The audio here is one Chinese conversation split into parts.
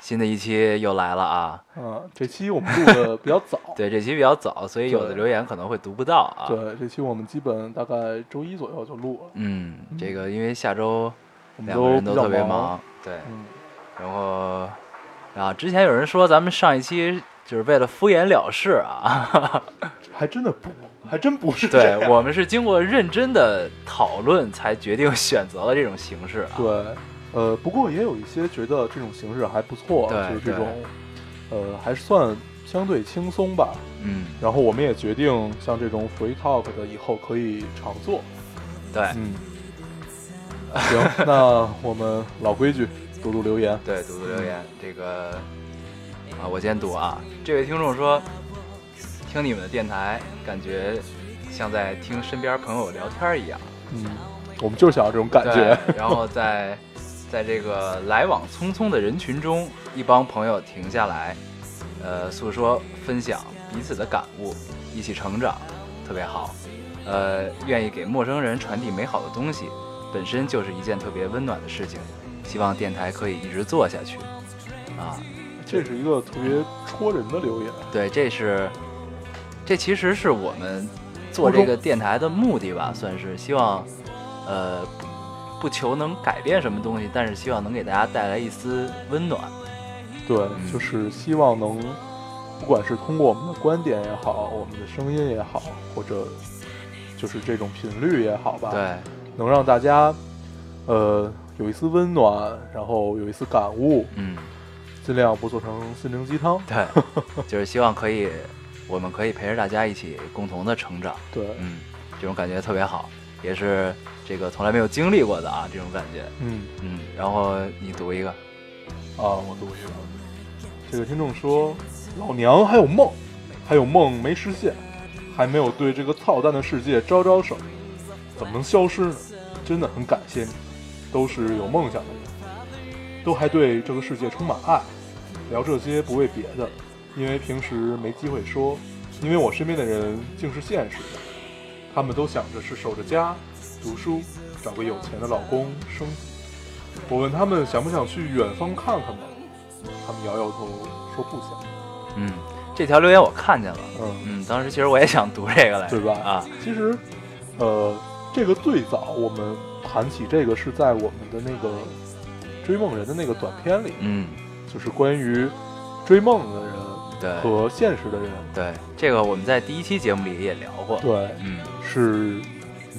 新的一期又来了啊，，啊，这期我们录的比较早 对，这期比较早，所以有的对留言可能会读不到啊。对，这期我们基本大概周一左右就录了，嗯，这个因为下周我们两个人比都较特别忙，忙，对，嗯，然后啊，之前有人说咱们上一期就是为了敷衍了事啊， 还真的不，还真不是这对样我们是经过认真的讨论才决定选择了这种形式啊。对，呃，不过也有一些觉得这种形式还不错，对就是这对种，呃，还算相对轻松吧。嗯，然后我们也决定像这种 free talk 的以后可以常做，对嗯，行，那我们老规矩，读读留言，对，读读留言，这个啊，我先读啊。这位听众说，听你们的电台感觉像在听身边朋友聊天一样。嗯，我们就是想要这种感觉，对，然后在在这个来往匆匆的人群中，一帮朋友停下来，呃，诉说分享彼此的感悟，一起成长，特别好。呃，愿意给陌生人传递美好的东西，本身就是一件特别温暖的事情。希望电台可以一直做下去。啊，这是一个特别戳人的留言。对，这是这其实是我们做这个电台的目的吧，算是希望呃不不求能改变什么东西，但是希望能给大家带来一丝温暖。对，就是希望能，不管是通过我们的观点也好，我们的声音也好，或者就是这种频率也好吧，，对，能让大家呃有一丝温暖，然后有一丝感悟，嗯，尽量不做成心灵鸡汤。对，就是希望可以我们可以陪着大家一起共同的成长。对，嗯，这种感觉特别好，也是这个从来没有经历过的啊，这种感觉。嗯，嗯，然后你读一个，啊，我读一个，这个听众说，老娘还有梦，还有梦没实现，还没有对这个操蛋的世界招招手，怎么能消失呢？真的很感谢你，都是有梦想的人，都还对这个世界充满爱。聊这些不为别的，因为平时没机会说，因为我身边的人竟是现实的，他们都想着是守着家、读书、找个有钱的老公、生子。我问他们想不想去远方看看吧，他们摇摇头说不想。嗯，这条留言我看见了。嗯，嗯，当时其实我也想读这个来着，对吧啊，其实，呃，这个最早我们谈起这个是在我们的那个《追梦人》的那个短片里，嗯，就是关于追梦的人对，和现实的人，对，这个我们在第一期节目里也聊过。对，嗯，是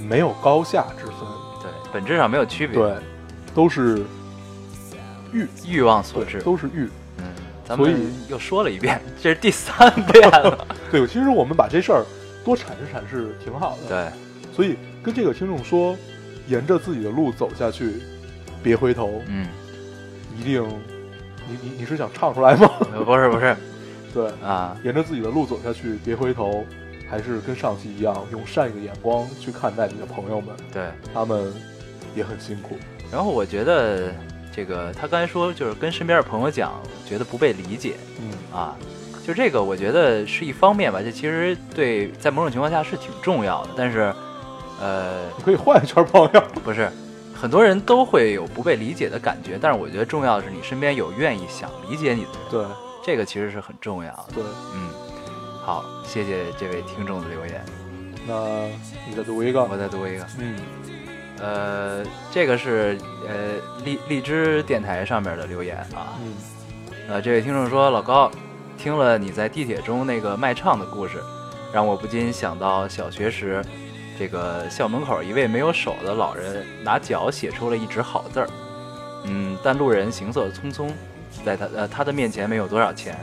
没有高下之分，对，本质上没有区别，对，都是欲，欲望所对，致。都是欲。嗯，咱所们以又说了一遍， 这是第三遍 了。对，其实我们把这事儿多阐释阐释挺好的。对，所以跟这个听众说，沿着自己的路走下去，别回头，嗯，一定，你你你是想唱出来吗？呃不是不是 对，啊，沿着自己的路走下去，别回头，还是跟上期一样，用善意的眼光去看待你的朋友们，对。他们也很辛苦。然后我觉得这个他刚才说就是跟身边的朋友讲，觉得不被理解嗯，啊。就这个，我觉得是一方面吧。这其实对，在某种情况下是挺重要的。但是，呃，你可以换一圈朋友。不是，很多人都会有不被理解的感觉。但是我觉得重要的是，你身边有愿意想理解你的人。 对这个其实是很重要的。对，嗯，好，谢谢这位听众的留言。那你再读一个我。再读一个，嗯呃，这个是呃荔荔枝电台上面的留言啊。嗯，呃，这位听众说，老高，听了你在地铁中那个卖唱的故事，让我不禁想到小学时，这个校门口一位没有手的老人拿脚写出了一纸好字儿。嗯，但路人行色匆匆，在他呃他的面前没有多少钱。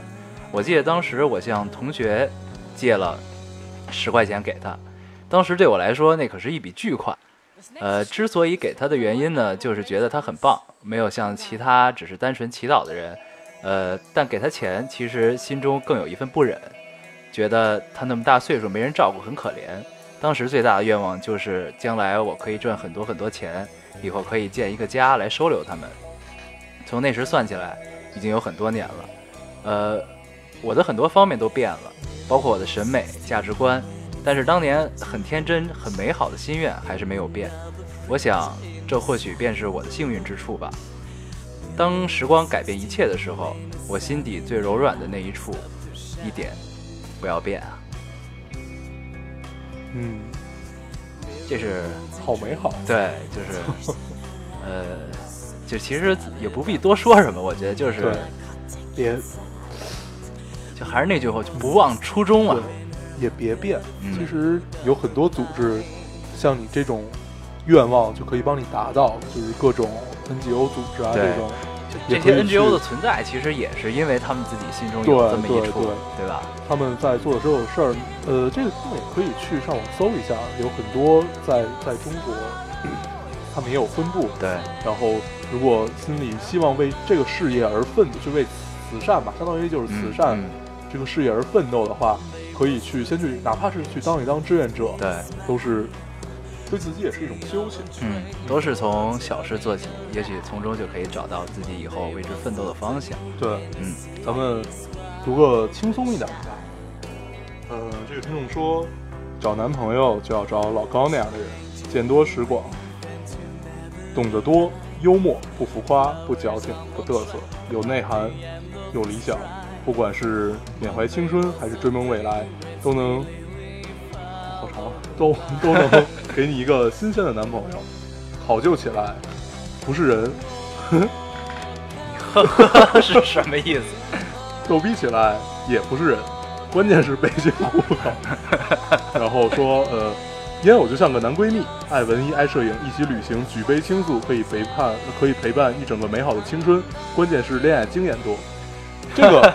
我记得当时我向同学借了十块钱给他，当时对我来说那可是一笔巨款。呃，之所以给他的原因呢，就是觉得他很棒，没有像其他只是单纯祈祷的人呃，但给他钱，其实心中更有一份不忍，觉得他那么大岁数没人照顾，很可怜。当时最大的愿望就是将来我可以赚很多很多钱，以后可以建一个家来收留他们。从那时算起来，已经有很多年了。呃，我的很多方面都变了，包括我的审美、价值观。但是当年很天真、很美好的心愿还是没有变。我想，这或许便是我的幸运之处吧。当时光改变一切的时候，我心底最柔软的那一处，一点不要变啊！嗯，这 是好美好。对，就是，呃，就其实也不必多说什么，我觉得就是，对，别就还是那句话，就不忘初衷嘛对。，也别变。啊嗯其实有很多组织，像你这种愿望就可以帮你达到，就是各种 NGO 组织啊对这种，这也可以些 NGO 去的存在，其实也是因为他们自己心中有对这么一对处，对对吧？他们在做的所有事儿，呃，这个地方也可以去上网搜一下，有很多在在中国，他们也有分布。对，然后，如果心里希望为这个事业而奋，就为慈善吧，相当于就是嗯慈善嗯这个事业而奋斗的话，可以去先去，哪怕是去当一当志愿者，对，都是对自己也是一种修行。嗯，都是从小事做起，也许从中就可以找到自己以后为之奋斗的方向。对，嗯，咱们读个轻松一点的吧。呃，这个听众说，找男朋友就要找老高那样的人，见多识广，懂得多，幽默，不浮夸，不矫情，不嘚瑟，有内涵，有理想。不管是缅怀青春还是追梦未来，都能好长，都都能给你一个新鲜的男朋友。考究起来，不是人， 是什么意思？逗逼起来也不是人，关键是被这糊 弄。然后说，呃，烟友就像个男闺蜜，爱文艺，爱摄影，一起旅行，举杯倾诉，可以陪伴，可以陪伴一整个美好的青春。关键是恋爱经验多。这 个，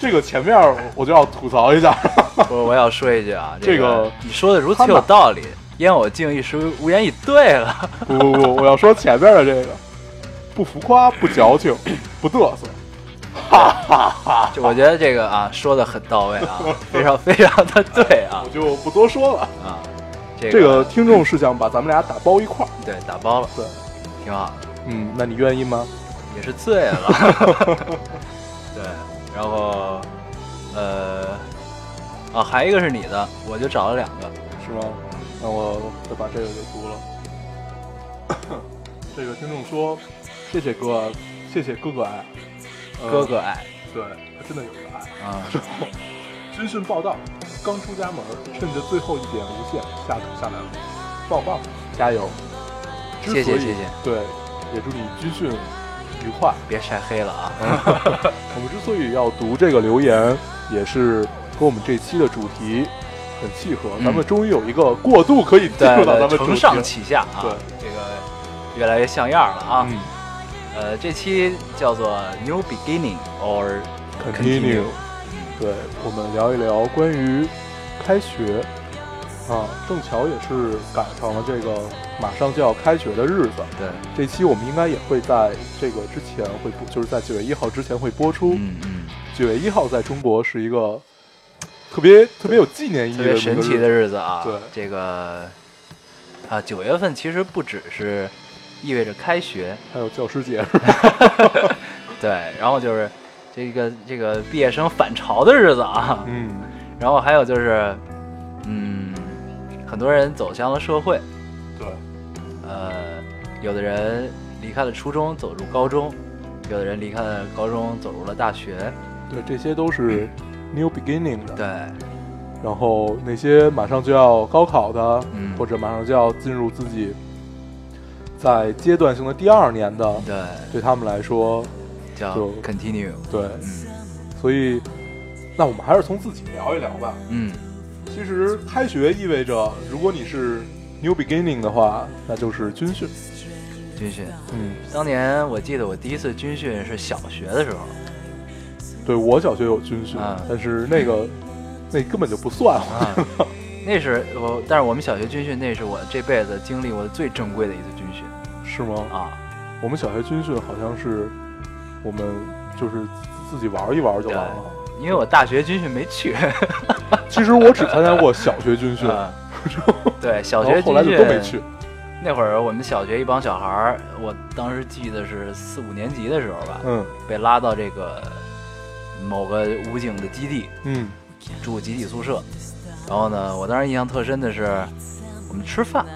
这个前面我就要吐槽一下，我我要说一句 啊，这个个你说的如此他们有道 理，烟我敬一时无言以对了。 不不不，我要说前面的这个，不浮夸，不 矫情，不嘚瑟。就 我觉得这个啊说的很到位啊， 非常非常的对啊我就不多说了。啊，这个、这个听众是想把咱们俩打包一块儿，对打包了，对，挺好，嗯，那你愿意吗？也是醉 了。对，然后呃啊还有一个是你的，我就找了两个，是吗？那我再把这个给读了。 这个听众说：“谢谢哥，啊谢谢哥哥爱，呃哥哥爱对他真的有个爱。 啊，”军训报道，刚出家门，趁着最后一点无限下土下来了，棒棒，加油！之所以谢谢谢谢对，也祝你军训愉快。别晒黑了 啊。我们之所以要读这个留言，也是跟我们这期的主题很契合。嗯咱们终于有一个过渡可以进对入到咱们主题承上启下啊，对这个越来越像样了啊。嗯呃，这期叫做 New Beginning or Continue 嗯对，我们聊一聊关于开学啊，正巧也是赶上了这个马上就要开学的日子。对，这期我们应该也会在这个之前会播，就是在九月一号之前会播出。嗯嗯，九、月一号在中国是一个特别特别有纪念意义特的别一个神奇的日日子啊。对这个啊，九月份其实不只是意味着开学，子，还有教师节。对，然后就是这个这个毕业生返潮的日子啊，嗯，然后还有就是，嗯，很多人走向了社会，对，呃，有的人离开了初中，走入高中；有的人离开了高中，走入了大学。对，这些都是 new beginning 的。对，然后那些马上就要高考的，嗯或者马上就要进入自己在阶段性的第二年的，对，对他们来说，叫就 continue。对，嗯所以那我们还是从自己聊一聊吧。嗯，其实开学意味着，如果你是 new beginning 的话，那就是军训。军训。嗯，当年我记得我第一次军训是小学的时候，对我小学有军训，啊但是那个那根本就不算。啊，那是我，但是我们小学军训那是我这辈子经历过最珍贵的一次军训 是吗？啊。我们小学军训好像是我们就是自己玩一玩就完了。因为我大学军训没去，其实我只参加过小学军训， 啊对，小然学后军后来就训都没去。那会儿我们小学一帮小孩儿，我当时记得是四五年级的时候吧，嗯被拉到这个某个武警的基地嗯住集体宿舍。然后呢，我当时印象特深的是，我们吃饭，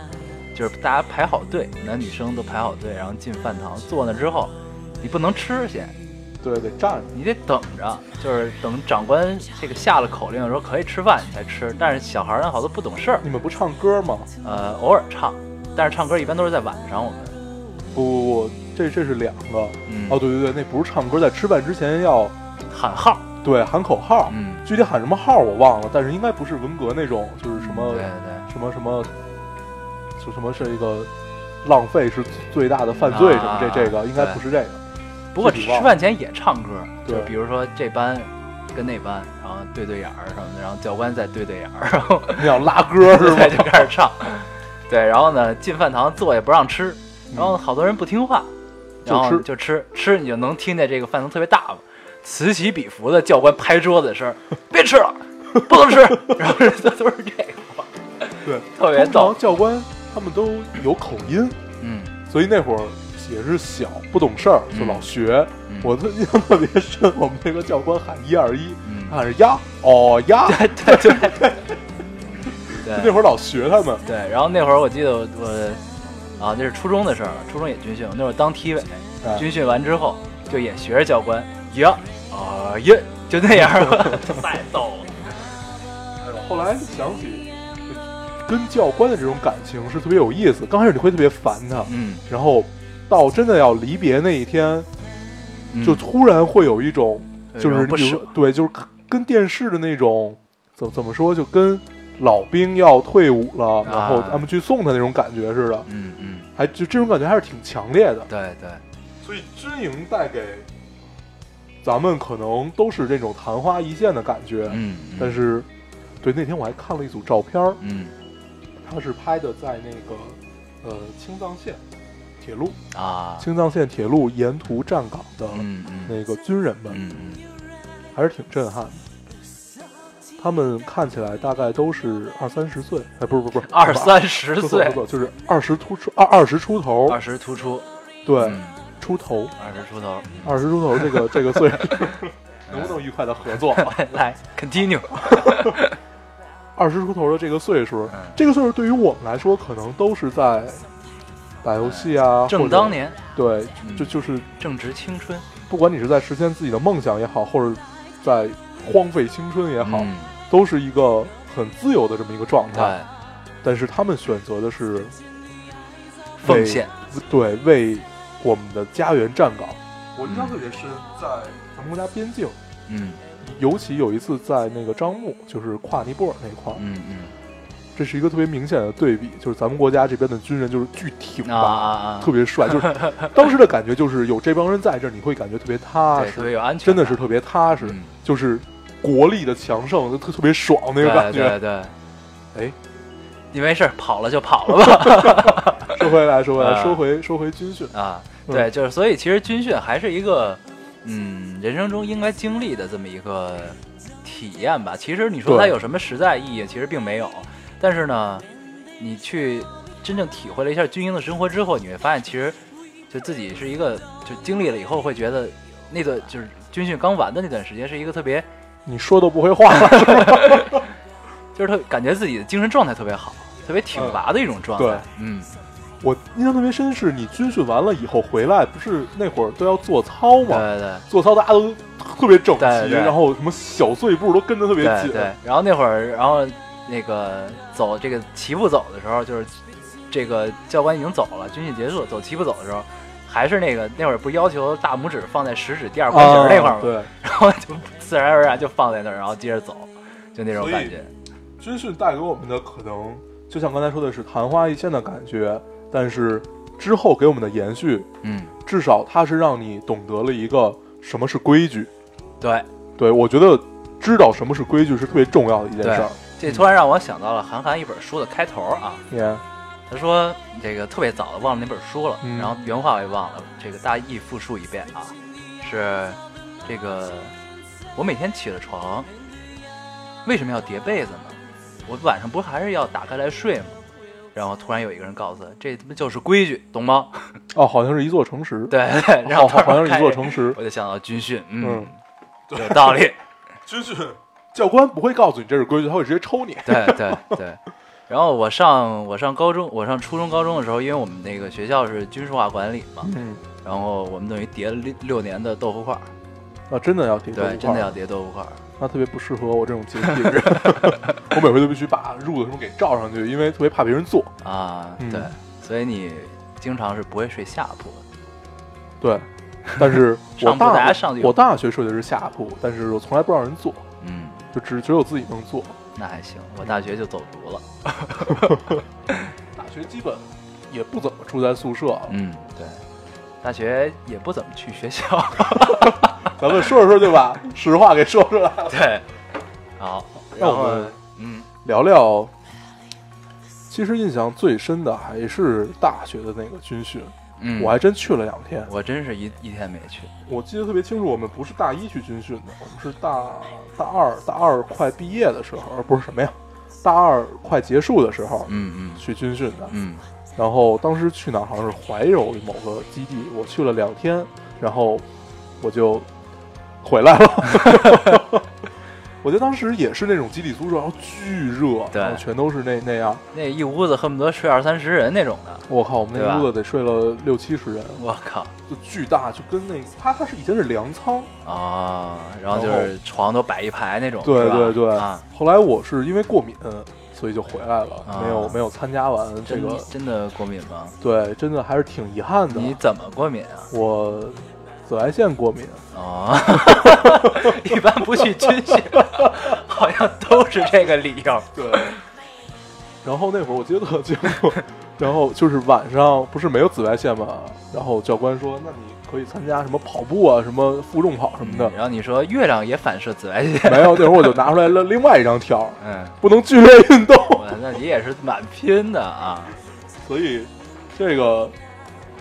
就是大家排好队，男女生都排好队，然后进饭堂坐那之后，你不能吃先，对，得站着。你得等着，就是等长官这个下了口令说可以吃饭你才吃。但是小孩儿呢好多不懂事儿，你们不唱歌吗？呃，偶尔唱，但是唱歌一般都是在晚上，我们不不不，这这是两个。嗯哦，对对对，那不是唱歌，在吃饭之前要喊号，对喊口号。嗯，具体喊什么号我忘了，但是应该不是文革那种，就是什么对嗯对对，什么什么，就什么是一个浪费是最大的犯罪什么这啊这个应该不是这个。不过具吃体忘了饭前也唱歌，就对比如说这班跟那班，然后对对眼儿什么的，然后教官再对对眼儿，然 后你想拉歌是 对就吗？开始唱。对，然后呢，进饭堂坐也不让吃，然后好多人不听话，嗯就然后吃你就吃吃，你就能听见这个饭堂特别大嘛，此起彼伏的教官拍桌子的声儿，别吃了，不能吃， 然后人家都是这个，对，特别通逗常，教官他们都有口音，嗯，所以那会儿也是小不懂事儿，就老学。嗯我的印象特别深， 我们那个教官喊一二一嗯， 他喊是呀哦呀，对对对， 对那会儿老学他们。对，然后那会儿我记得我我啊，那是初中的事儿了，初中也军训，我那会儿当体委，哎军训完之后就也学着教官呀啊呀，就那样儿，太逗了。后来想起，跟教官的这种感情是特别有意思。刚开始你会特别烦他，嗯，然后到真的要离别那一天，嗯就突然会有一种，有一就是种不你舍对，就是跟电视的那种，怎怎么说，就跟老兵要退伍了，然啊后他们去送他那种感觉似的，嗯嗯，还就这种感觉还是挺强烈的。对对，所以军营带给咱们可能都是这种昙花一现的感觉，嗯，嗯但是对那天我还看了一组照片儿，嗯它是拍的在那个呃青藏线铁路，啊，青藏线铁路沿途站岗的嗯嗯那个军人们，嗯嗯，还是挺震撼的。他们看起来大概都是二三十岁，哎，不是不是不是，二三十说错岁说，错就是二十出出二二十出头，二十突出，对，嗯，出头，二十出头，嗯二十出头这个这个岁数， 能不能愉快的合作？ 来 continue， 二十出头的这个岁数嗯，这个岁数对于我们来说，可能都是在打游戏啊，或正者当，年，对，嗯就就是正值青春，不管你是在实现自己的梦想也好，或者在荒废青春也好，嗯都是一个很自由的这么一个状态。对，但是他们选择的是奉献，对为我们的家园站岗。我印象特别深，在咱们国家边境，嗯尤其有一次在那个樟木，就是跨尼泊尔那块儿，嗯这是一个特别明显的对比，就是咱们国家这边的军人就是巨挺嗯，啊啊拔，啊，特 别帅，就是当时的感觉就是有这帮人在这儿，你会感觉特别踏对，特别实，有安全真感，的是特别踏实，嗯就是国力的强盛，就特特别爽那个感对对觉。对，哎，你没事儿跑了就跑了 吧说回来，说回来，啊说回说回军训，啊，嗯对，就是所以其实军训还是一个嗯人生中应该经历的这么一个体验吧。其实你说对它有什么实在意义，其实并没有。但是呢，你去真正体会了一下军营的生活之后，你会发现其实就自己是一个就经历了以后会觉得那段就是军训刚完的那段时间是一个特别你说都不会话了， 就是特感觉自己的精神状态特别好，特别挺拔的一种状态。对嗯，我印象特别深是，你军训完了以后回来，不是那会儿都要做操对吗？对对。做操大家都特别整对齐，对然后什么小碎步都跟得特别对紧。对，然后那会儿，然后那个走这个齐步走的时候，就是这个教官已经走了，军训结束走齐步走的时候，还是那个那会儿不要求大拇指放在食指第二关节啊，那块儿吗？对，然后就自然而然就放在那儿，然后接着走，就那种所以感觉。军训带给我们的可能，就像刚才说的是昙花一现的感觉，但是之后给我们的延续，嗯，至少它是让你懂得了一个什么是规矩。对，对我觉得知道什么是规矩是特别重要的一件事儿。这突然让我想到了韩寒一本书的开头啊，你他说这个特别早的忘了那本书了，嗯然后原话我也忘了，这个大意复述一遍啊。是这个我每天起了床，为什么要叠被子呢？我晚上不还是要打开来睡吗？然后突然有一个人告诉他，这他妈就是规矩，懂吗？ 哦，好像是一座城池，对，然后好好像是一座城。城池。我就想到军训，嗯嗯，有道理， 军训教官不会告诉你这是规矩，他会直接抽你。对对对。然后我上我上高中，我上初中、高中的时候，因为我们那个学校是军事化管理嘛，嗯，然后我们等于叠了六六年的豆腐块儿，那啊真的要叠豆对，腐真块的儿，要叠豆腐块儿，那特别不适合我这种洁癖的人。 我每回都必须把褥子什么给罩上去，因为特别怕别人坐。啊，嗯对，所以你经常是不会睡下铺的，对，但是 我上铺大家大上去我大学睡的是下铺，但是我从来不让人坐，嗯，就只只有自己能坐。那还行，我大学就走读了，大学基本也不怎么住在宿舍啊。嗯，对，大学也不怎么去学校， 咱们说着说就把实话给说出来了。对，好，然那我后们嗯，聊聊，其实印象最深的还是大学的那个军训，嗯，我还真去了两天。我真是一一天没去，我记得特别清楚，我们不是大一去军训的，我们是大大二，大二快毕业的时候，不是什么呀，大二快结束的时候嗯嗯去军训的。嗯然后当时去哪儿好像是怀柔某个基地，我去了两天，然后我就回来了。我觉得当时也是那种集体宿舍，然后巨热，对然后全都是那那样。那一屋子恨不得睡二三十人那种的，我靠，我们对吧那屋子得睡了六七十人，我靠就巨大，就跟那它它是以前是粮仓，啊！然后就然后是床都摆一排那种，对是吧对对。啊，后来我是因为过敏，所以就回来了，啊没有没有参加完这真个。真的过敏吗？对，真的还是挺遗憾的。你怎么过敏啊？我紫外线过敏，哦， 一般不去军训，好像都是这个理由。对。然后那会儿我记得特清楚，然后就是晚上不是没有紫外线嘛，然后教官说，那你可以参加什么跑步啊，什么负重跑什么的嗯。然后你说月亮也反射紫外线，没有，那会儿我就拿出来了另外一张条儿，嗯，不能剧烈 运动。我那你也是蛮拼的啊。所以这个，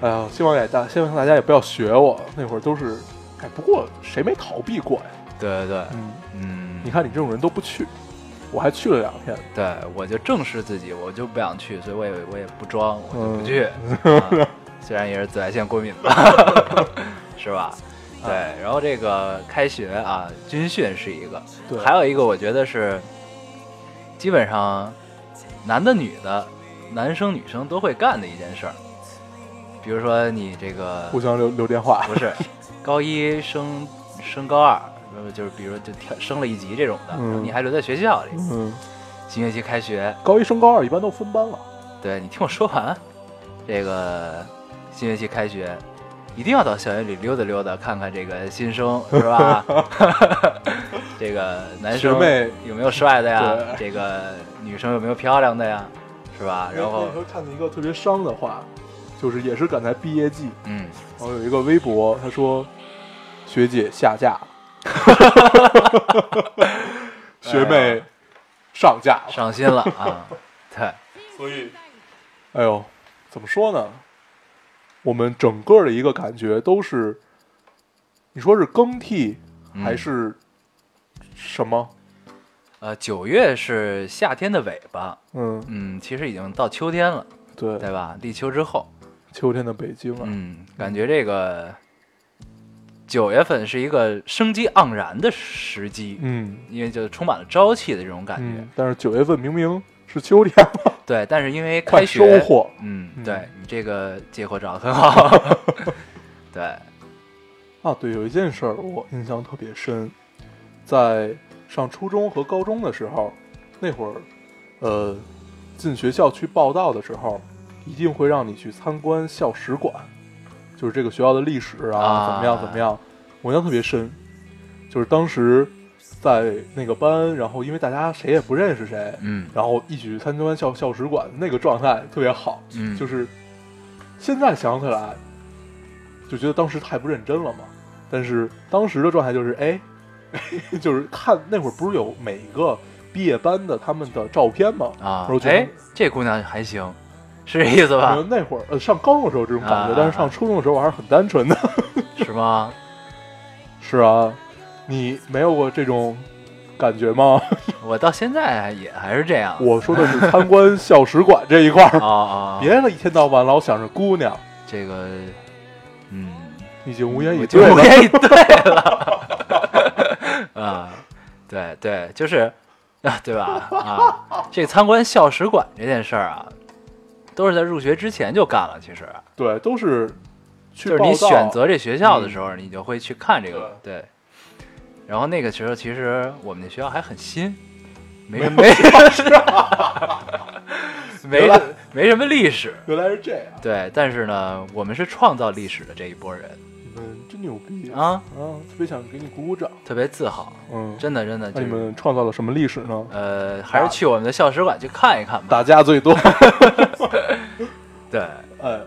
哎呀，希望也大，希望大家也不要学我，那会儿都是，哎，不过谁没逃避过呀？对对对，嗯，你嗯，看你这种人都不去，我还去了两天，对，我就正视自己，我就不想去，所以我也我也不装，我就嗯不去。 啊虽然也是紫外线过敏吧， 是吧？对，啊然后这个开学啊，军训是一个，对，还有一个我觉得是，基本上男的女的、男生女生都会干的一件事儿。比如说你这个互相留留电话， 不是高一升升高二，呃就是比如就跳升了一级这种的，嗯你还留在学校里，嗯，新学期开学，高一升高二一般都分班了，对你听我说完，这个新学期开学，一定要到校园里溜达溜达，看看这个新生是吧？ 这个男生学妹有没有帅的呀？对这个女生有没有漂亮的呀？是吧？然后 那，时候看见一个特别伤的话，就是也是赶在毕业季，嗯，然后有一个微博，他说学姐下架， 学妹上架，上心了啊，对，所以哎呦，怎么说呢？我们整个的一个感觉都是，你说是更替嗯还是什么？呃，九月是夏天的尾巴，嗯，嗯，其实已经到秋天了，对，对吧？立秋之后，秋天的北京啊，嗯，感觉这个九月份是一个生机盎然的时机，嗯因为就充满了朝气的这种感觉。嗯，但是九月份明明是秋天了，对，但是因为快开收学，获。嗯，嗯对你这个借口找得很 好。对，啊，对，有一件事儿我印象特别深，在上初中和高中的时候，那会儿，呃，进学校去报道的时候，一定会让你去参观校史馆，就是这个学校的历史啊，啊怎么样怎么样，我印象特别深，就是当时在那个班，然后因为大家谁也不认识谁，嗯然后一起去参观校校史馆，那个状态特别好，嗯，就是是现在想起来，就觉得当时太不认真了嘛。但是当时的状态就是，哎， 就是看那会儿不是有每个毕业班的他们的照片吗？啊我，觉得哎，这姑娘还行，是这意思可吧？能那会儿呃上高中的时候这种感觉， 啊但是上初中的时候我还是很单纯的。是吗？是啊，你没有过这种感觉吗？我到现在也还是这样。我说的是参观校史馆这一块啊儿， 啊，别了一天到晚老想着姑娘，这个，嗯，已经无言我以就对无了。言以嗯对了。 啊，对对，就是啊，对吧？啊，这参观校史馆这件事儿啊，都是在入学之前就干了。其实，对，都是去就是你报道嗯选择这学校的时候，你就会去看这个对。然后那个时候，其实我们那学校还很新，没没没 原来没什么历史。原来是这样，对，但是呢，我们是创造历史的这一波人你们真牛逼！啊，啊，特别想给你鼓鼓掌。特别自豪，嗯，真的真的就那你是们创造了什么历史呢？ 呃，还是去我们的校史馆去看一看吧。打架最多。对， 哎呦，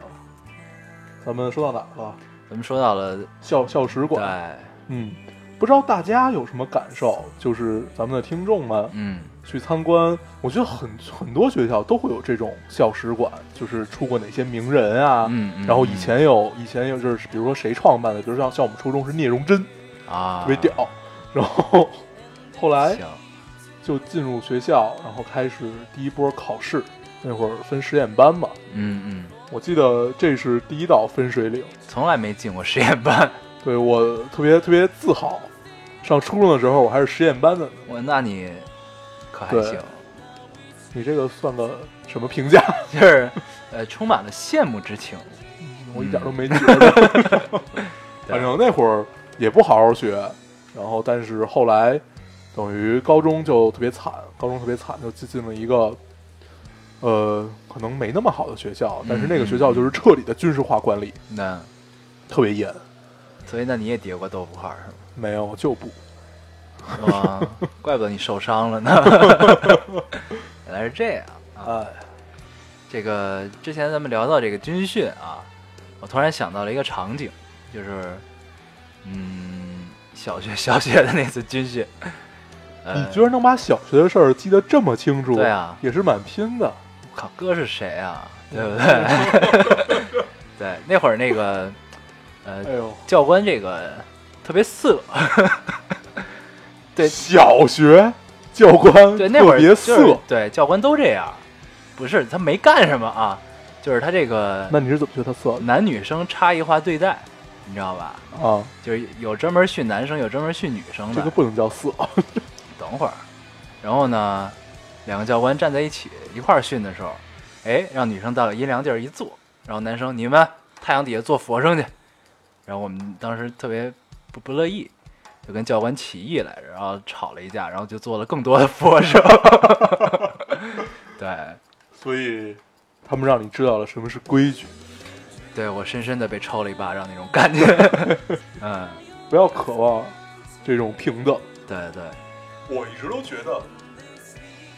咱们说到哪儿了？咱们说到了校校史对，馆。嗯，不知道大家有什么感受？就是咱们的听众们嗯，去参观，我觉得很很多学校都会有这种校史馆，就是出过哪些名人啊。嗯嗯然后以前有，以前有，就是比如说谁创办的，比如像像我们初中是聂荣臻，啊，特别屌。然后后来行，就进入学校，然后开始第一波考试。那会儿分实验班嘛，嗯嗯，我记得这是第一道分水岭。从来没进过实验班， 对我特别特别自豪。上初中的时候，我还是实验班的呢。我那你可还对行，你这个算个什么评价？就是呃，充满了羡慕之情。嗯我一点都没觉得。反正那会儿也不好好学，然后但是后来等于高中就特别惨，高中特别惨，就进进了一个呃可能没那么好的学校，但是那个学校就是彻底的军事化管理，那特别严。所以那你也叠过豆腐块儿 是没有就不吗？哇，怪不得你受伤 了呢。原来是这样啊。哎，这个之前咱们聊到这个军训啊，我突然想到了一个场景，就是，嗯，小学小学的那次军 训，你呃，居然能把小学的事儿记得这么清楚，对啊也是蛮拼的。靠，哥是谁啊？嗯对不对？ 对，那会儿那个，呃哎，呦，教官这个特别 色，对小学教官对，那会特儿别就是色，对教官都这样，不是他没干什么啊，就是他这个那你是怎么觉得他色的男女生差异化对待，你知道吧？啊？就是有专门训男生，有专门训女生这的。个不能叫色， 等会儿，然后呢，两个教官站在一起一块儿训的时候，哎，让女生到个阴凉地儿一坐，然后男生你们太阳底下做俯卧撑去。然后我们当时特别不不乐意，就跟教官起义来着，然后吵了一架，然后就做了更多的俯卧撑。对，所以他们让你知道了什么是规矩。对我深深的被抽了一巴掌那种感觉。嗯，不要渴望这种平等。对对，我一直都觉得，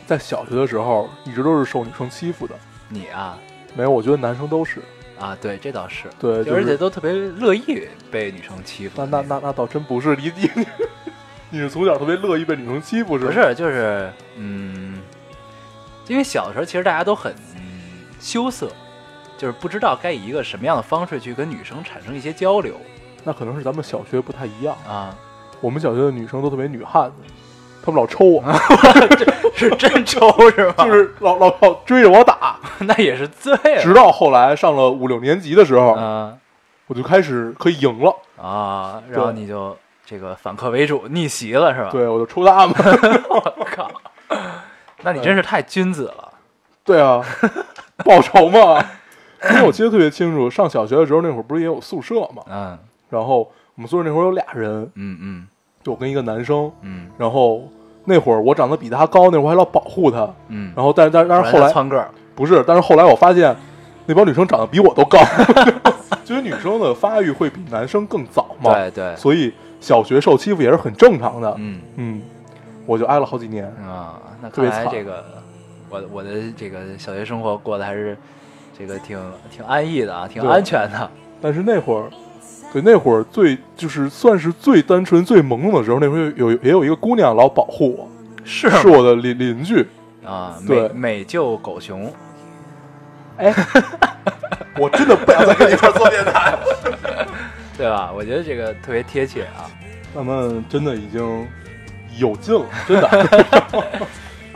在小学的时候一直都是受女生欺负的。你啊没有，我觉得男生都是。啊，对，这倒是，对，就而且是都特别乐意被女生欺负那的种。那那那倒真不是你你你是从小特别乐意被女生欺负是不吗？是，就是嗯，因为小的时候其实大家都很、嗯、羞涩，就是不知道该以一个什么样的方式去跟女生产生一些交流那可能是咱们小学不太一样。啊， 我们小学的女生都特别女汉子，她们老 抽我，是真抽是吗？就是老老老追着我打。 那也是醉直了，到后来上了五六年级的时候，嗯我就开始可以赢了，啊，然后对你就这个反客为主逆袭了是吧？，对我就抽他们。我靠，那你真是太君子了， 对 啊，报仇嘛。因为我记得特别清楚，上小学的时候那会儿不是也有宿舍嘛，嗯然后我们宿舍那会儿有俩人，嗯嗯就我跟一个男生，嗯然后那会儿我长得比他高，那会儿还老保护他，嗯，然后但是但是但是后果然来他窜个儿，不是，但是后来我发现那帮女生长得比我 都高，因为女生的发育会比男生更早嘛，对对，所以小学受欺负也是很正常的。嗯。嗯，我就挨了好几年。啊，那特看别来惨这个我我的这个小学生活过得还是这个挺挺安逸的啊，挺对安全的。但是那会儿，对那会儿最就是算是最单纯、最萌动的时候，那会儿有有也有一个姑娘老保护我，是是我的邻邻居。啊，美对美救狗 熊， 哎，我 真的不想再跟你一块儿做电台。对吧？我觉得这个特别贴切啊。咱们真的已经有劲了，真的。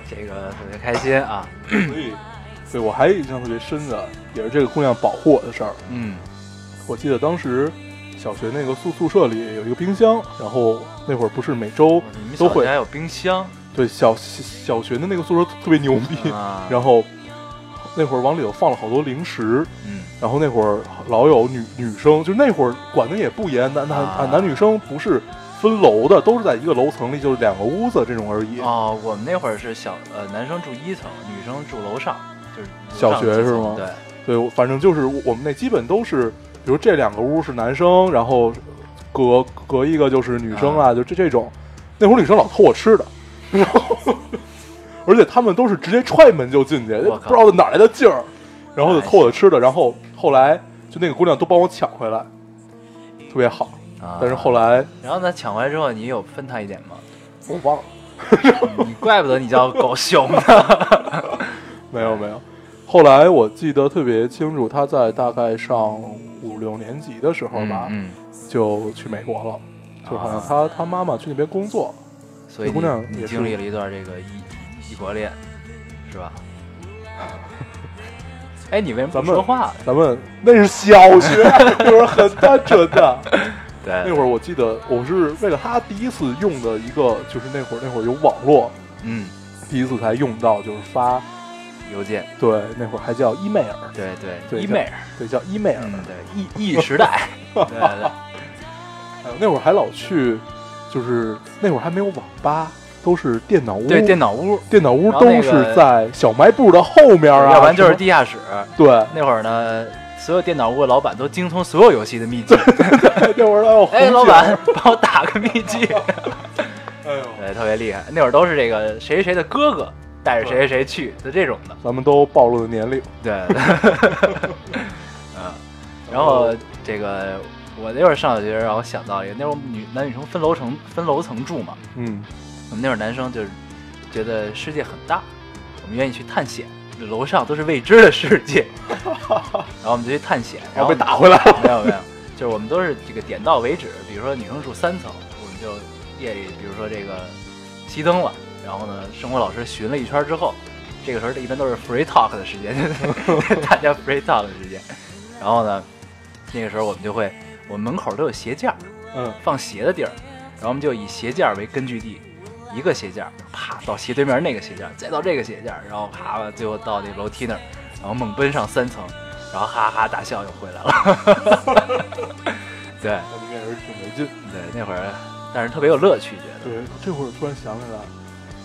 这个特别开心啊。 所以，对我还有印象特别深的，也是这个姑娘保护我的事儿。嗯我记得当时小学那个宿宿舍里有一个冰箱，然后那会儿不是每周你们都小会学还有冰 箱对小小学的那个宿舍特别牛逼，啊？ 然后那会儿往里头放了好多零食，嗯然后那会儿老有女女生，就那会儿管的也不严，男男、啊男女生不是分楼的，都是在一个楼层里，就是两个屋子这种而已。哦，我们那会儿是小呃，男生住一层，女生住楼上，就是楼小上学几是层吗对，对，我反正就是我我们那基本都是，比如这两个屋是男生，然后隔隔一个就是女生啊，就这这种。那会儿女生老偷我吃的，然后 而且他们都是直接踹门就进去，我不靠哎知道哪来的劲儿，然后就偷我的吃的。然后后来就那个姑娘都帮我抢回来，特别好。啊但是后，来然后呢，抢回来之后，你有分他一点吗？我忘了， 你怪不得你叫狗熊 呢。没有没有。后来我记得特别清楚，她在大概上五六年级的时候吧，嗯，就去美国了，就好像啊他他妈妈去那边工作，嗯所以这姑娘你也你是经历了一段这个异异国恋，是 吧？哎，你为什么咱不们说话呢？咱们那是小 学，那会儿很单纯的。那对，会儿我记得我是为了他第一次用的一个，就是那会儿那会儿有网络，嗯，第一次才用到，就是发邮件，对，那会儿还叫伊妹尔，对对，对伊叫妹儿，对，叫伊妹尔。嗯，对，异异时 代，对对，呃那会儿还老去，就是那会儿还没有网吧，都是电脑屋，对电脑屋，电脑屋然后都那个是在小卖部的后面啊，要不然就是什么地下室。对，那会儿呢，所有电脑屋的老板都精通所有游戏的秘籍。 那会儿还有红哎，老警板，帮我打个秘 籍。哎呦对，特别厉害。那会儿都是这个谁谁谁的哥哥带着谁谁谁去，就这种的。咱们都暴露了年龄。对， 嗯，然后这个我那会儿上小学，然后想到一个，那会儿我们女男女生分楼层分楼层住嘛，嗯，我们那会儿男生就是觉得世界很大，我们愿意去探险，楼上都是未知的世界， 然后我们就去探险，然然后后被打回来了。没有没有，就是我们都是这个点到为止。比如说女生住三层，我们就夜里，比如说这个熄灯了，然后呢，生活老师巡了一圈之后，这个时候一般都是 free talk 的时间，大家 free talk 的时间。然后呢，那个时候我们就会，我们门口都有鞋架儿，嗯，放鞋的地儿，然后我们就以鞋架儿为根据地。一个鞋架儿，啪到斜对面那个鞋架儿，再到这个鞋架儿，然后啪，最后到那楼梯那儿，然后猛奔上三层，然后哈哈大笑又回来了。 对那应该也是挺没劲。对，那会儿，但是特别有乐趣，觉得，对，这会儿突然想起来，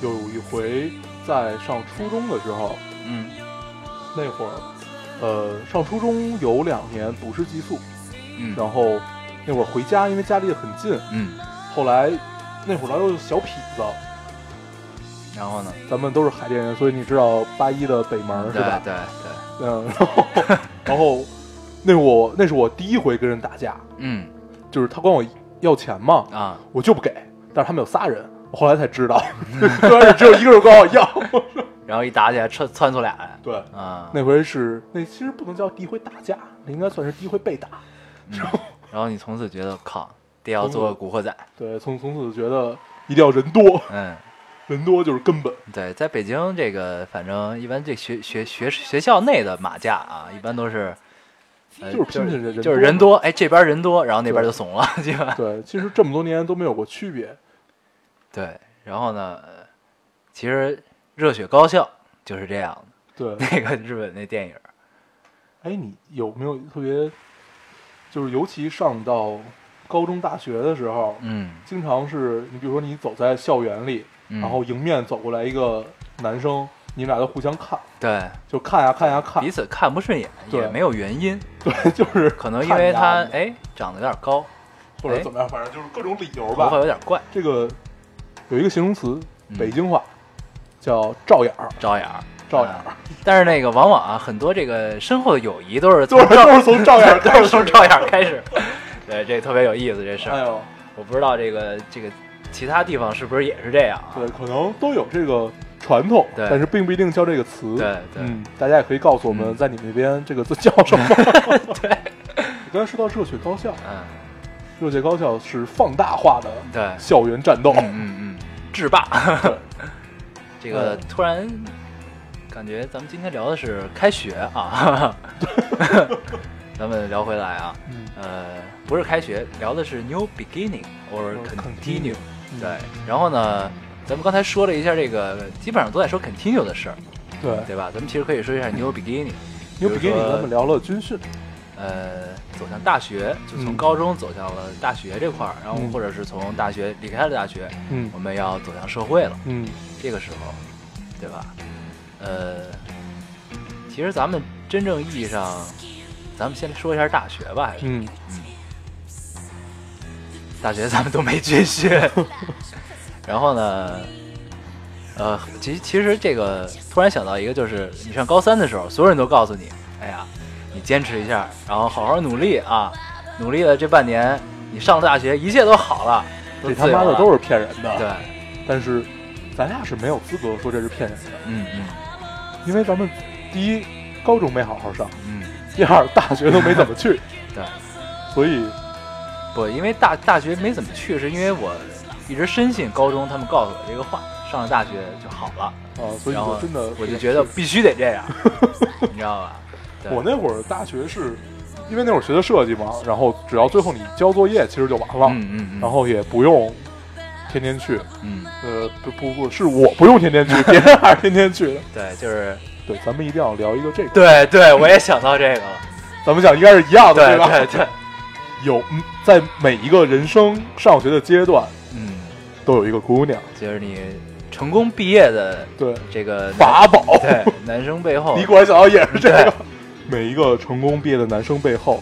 有一回在上初中的时候，嗯那会儿，呃，上初中有两年不是寄宿，嗯然后那会儿回家，因为家离得很近，嗯，后来那会儿老有小痞子，然后呢？咱们都是海淀人，所以你知道八一的北门是对吧？对对，嗯，然后然后那我那是我第一回跟人打架，嗯就是他管我要钱嘛，啊，我就不给。但是他们有仨人，我后来才知道， 刚开始只有一个人管我要。 然后一打起来，窜窜出俩来，对，啊，那回是那其实不能叫第一回打架，那应该算是第一回被打。然后你从此觉得靠，得要做个古惑仔，对，从从此觉得一定要人多， 嗯。人多就是根本。对，在北京这个，反正一般这学学学学校内的马架啊，一般都是，呃、就是拼拼人人就是多人多，哎，这边人多，然后那边对就怂了， 基本对，其实这么多年都没有过区别。对。然后呢，呃其实热血高校就是这样的， 对，那个日本那电影，哎，你有没有特别，就是尤其上到高中、大学的时候，嗯，经常是你比如说你走在校园里，嗯然后迎面走过来一个男生，你们俩都互相看，对就看呀看呀看彼，此看不顺眼对也没有原因，对， 就是可能因为他看呀哎长得有点高，或者怎么样，反正就是各种理由头发吧。有点怪，这个有一个形容词，嗯北京话叫“照眼儿招眼儿，”，照眼嗯 儿，但是那个往往啊，很多这个深厚的友谊都是都从是都是从照眼儿开 都始是。从照样开始。对，这特别有意思，这事哎儿。呦，我不知道这个这个其他地方是不是也是这样啊？对，可能都有这个传统，对但是并不一定叫这个词。对对嗯，大家也可以告诉我们嗯 在 你们那边这个字叫什么。对，你刚才说到热血高校，嗯，热血高校是放大化的对，校园战斗，嗯嗯，制霸。 这个嗯突然感觉咱们今天聊的是开学 啊，咱们聊回来啊，嗯，呃，不是开学，聊的是 new beginning or Or continue continue。嗯对，然后呢，咱们刚才说了一下这个，基本上都在说 continue 的事儿，对，对吧？咱们其实可以说一下 new beginning。牛比基尼比如说咱们聊了军训，呃，走向大学，就从嗯高中走向了大学这块儿，然后嗯或者是从大学离开了大学，嗯我们要走向社会了。嗯，这个时候，对吧？呃，其实咱们真正意义上，咱们先说一下大学吧。还是嗯，大学咱们都没军训，然后呢，呃，其其实这个突然想到一个，就是你上高三的时候，所有人都告诉你，哎呀，你坚持一下，然后好好努力啊，努力了这半年，你上了大学，一切都好了，这他妈的都是是骗人的，对，，但是咱俩是没有资格说这是骗人的，嗯嗯因为咱们第一高中没好好上，嗯，第二大学都没怎么去， 对。所以不，因为大大学没怎么去，是因为我一直深信高中他们告诉我这个话，上了大学就好了，啊，所以然后我真的我就觉得必须得这 样，你知道吧？对我那会儿大学是因为那会儿学的设计嘛，然后只要最后你交作业，其实就完了，嗯嗯嗯，然后也不用天天去，嗯，呃，不不不是我不用天天去，别人还是天天去的。对，就是对，咱们一定要聊一个这个，对对，我也想到这个 了，咱们讲应该是一样的，对哦吧？对对，有嗯在每一个人生上学的阶段，嗯，都有一个姑娘，就是你成功毕业的对，这个法宝， 对男生背后你，果然想到也是这个。每一个成功毕业的男生背后，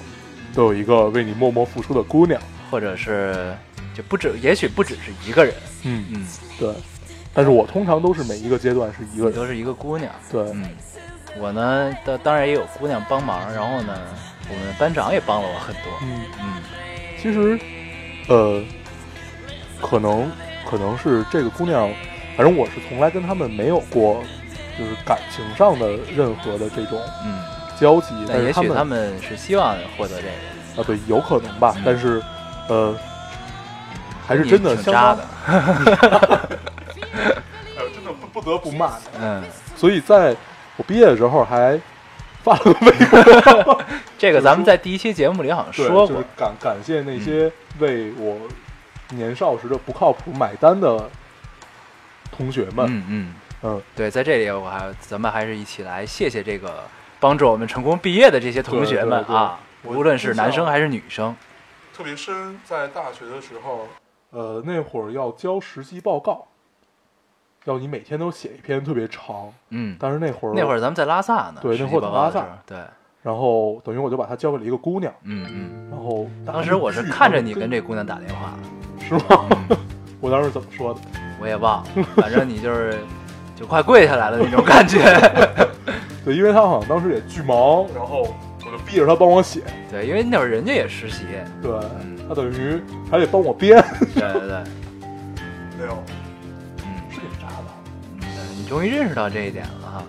都有一个为你默默付出的姑娘。或者是就不止，也许不只是一个人，嗯，嗯，对。但是我通常都是每一个阶段是一个人。都是一个姑娘，对，嗯，我呢，当当然也有姑娘帮忙，然后呢，我们班长也帮了我很多。嗯，嗯其实，呃，可能可能是这个姑娘，反正我是从来跟他们没有过，就是感情上的任何的这种嗯，交集。但但是也许们他们是希望获得这个，啊，对，有可能吧嗯。但是，呃，还是你真的挺相渣当的。哎呦真的不不得不骂你。嗯，所以在我毕业的时候还发了个微博，这个咱们在第一期节目里好像对说就过是。感感谢那些为我年少时的不靠谱买单的同学们。嗯嗯，嗯，对，在这里我还咱们还是一起来谢谢这个帮助我们成功毕业的这些同学们啊，对对对无论是男生还是女生。特别深，在大学的时候，呃，那会儿要交实习报告，要你每天都写一篇特别长。嗯，但是那会儿那会儿咱们在拉萨呢，对实习那会儿报告的在拉时候对，然后等于我就把它交给了一个姑娘，嗯嗯，然后当时我是看着你跟这姑娘打电话的。是吗？我当时怎么说的？我也忘了，反正你就是就快跪下来了那种感 觉。对，因为他好像当时也巨忙，然后我就逼着他帮我写，对，因为那会儿人家也实习，对嗯他等于还得帮我编。对对对，没有，嗯，是挺渣的。对你终于认识到这一点了哈。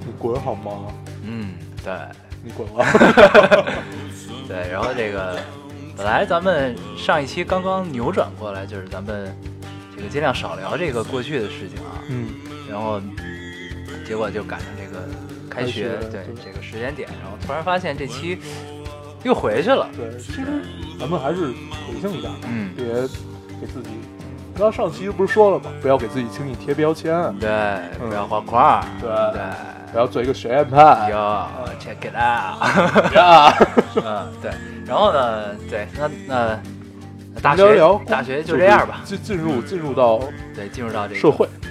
你滚好吗？嗯，对。你滚 了。对，然后这个本来咱们上一期刚刚扭转过来，就是咱们这个尽量少聊这个过去的事情啊，嗯，然后结果就赶上这个开学，开学对对这个时间点，然后突然发现这期又回去了，对，其实咱们还是理性一点，嗯，别给自己。刚上期不是说了吗？不要给自己轻易贴标签，对，嗯不要画框儿，对对。不要做一个学院派。哟，check it out， 呀，嗯，对，然后呢，对，那那大学聊一聊大学就这样吧，进进入进入到对，进入到这个呃社会，对，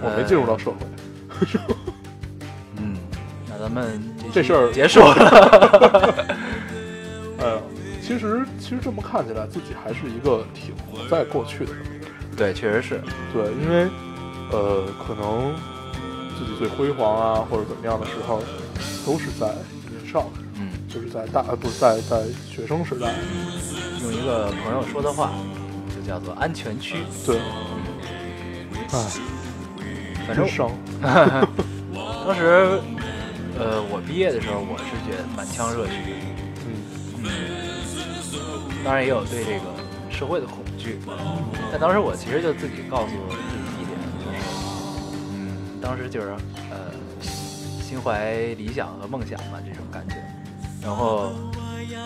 我没进入到社会。嗯，那咱们这期事儿结束了，哎呀，其实其实这么看起来，自己还是一个挺活在过去的人。对，确实是，对，因为呃，可能自己最辉煌啊，或者怎么样的时候，都是在年少，嗯，就是在大呃不是在在学生时代。用一个朋友说的话，就叫做安全区，对，哎，反正真伤。当时，呃，我毕业的时候，我是觉得满腔热血，嗯，嗯，当然也有对这个社会的恐惧。但当时我其实就自己告诉自己一点，就是，嗯，当时就是呃，心怀理想和梦想嘛，这种感觉。然后，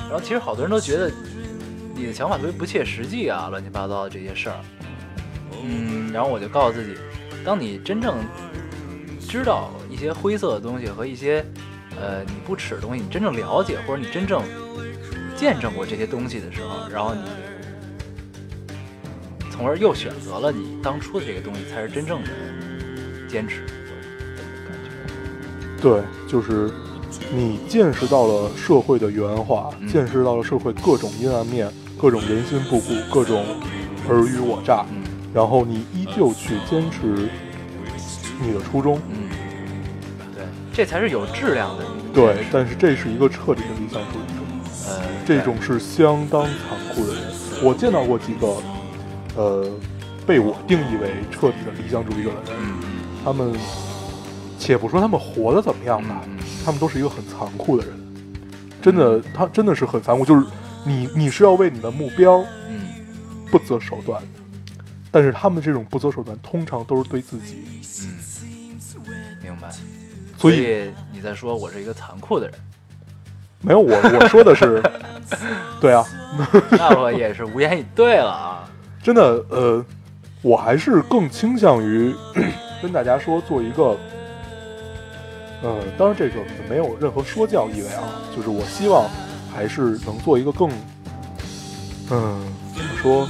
然后其实好多人都觉得你的想法特别不切实际啊，乱七八糟的这些事儿。嗯，然后我就告诉自己，当你真正知道一些灰色的东西和一些呃你不耻的东西，你真正了解或者你真正见证过这些东西的时候，然后你从而又选择了你当初的这个东西，才是真正的坚持。我感觉对，就是你见识到了社会的原化，嗯见识到了社会各种阴暗面，各种人心不古，各种尔虞我诈，嗯然后你依旧去坚持你的初衷。嗯，对，这才是有质量的。对，但是这是一个彻底的理想主义者，呃，这种是相当残酷的人。我见到过几个，呃，被我定义为彻底的理想主义者的人，嗯他们，且不说他们活得怎么样吧，嗯他们都是一个很残酷的人，真的，他真的是很残酷，就是你你是要为你的目标嗯不择手段的，但是他们这种不择手段通常都是对自己，嗯，明白。所以以你在说我是一个残酷的人，没有我 我说的是，对啊，那我也是无言以对了啊。真的，呃，我还是更倾向于 跟大家说做一个，呃，当然这个没有任何说教意味啊，就是我希望还是能做一个更，嗯、怎么说，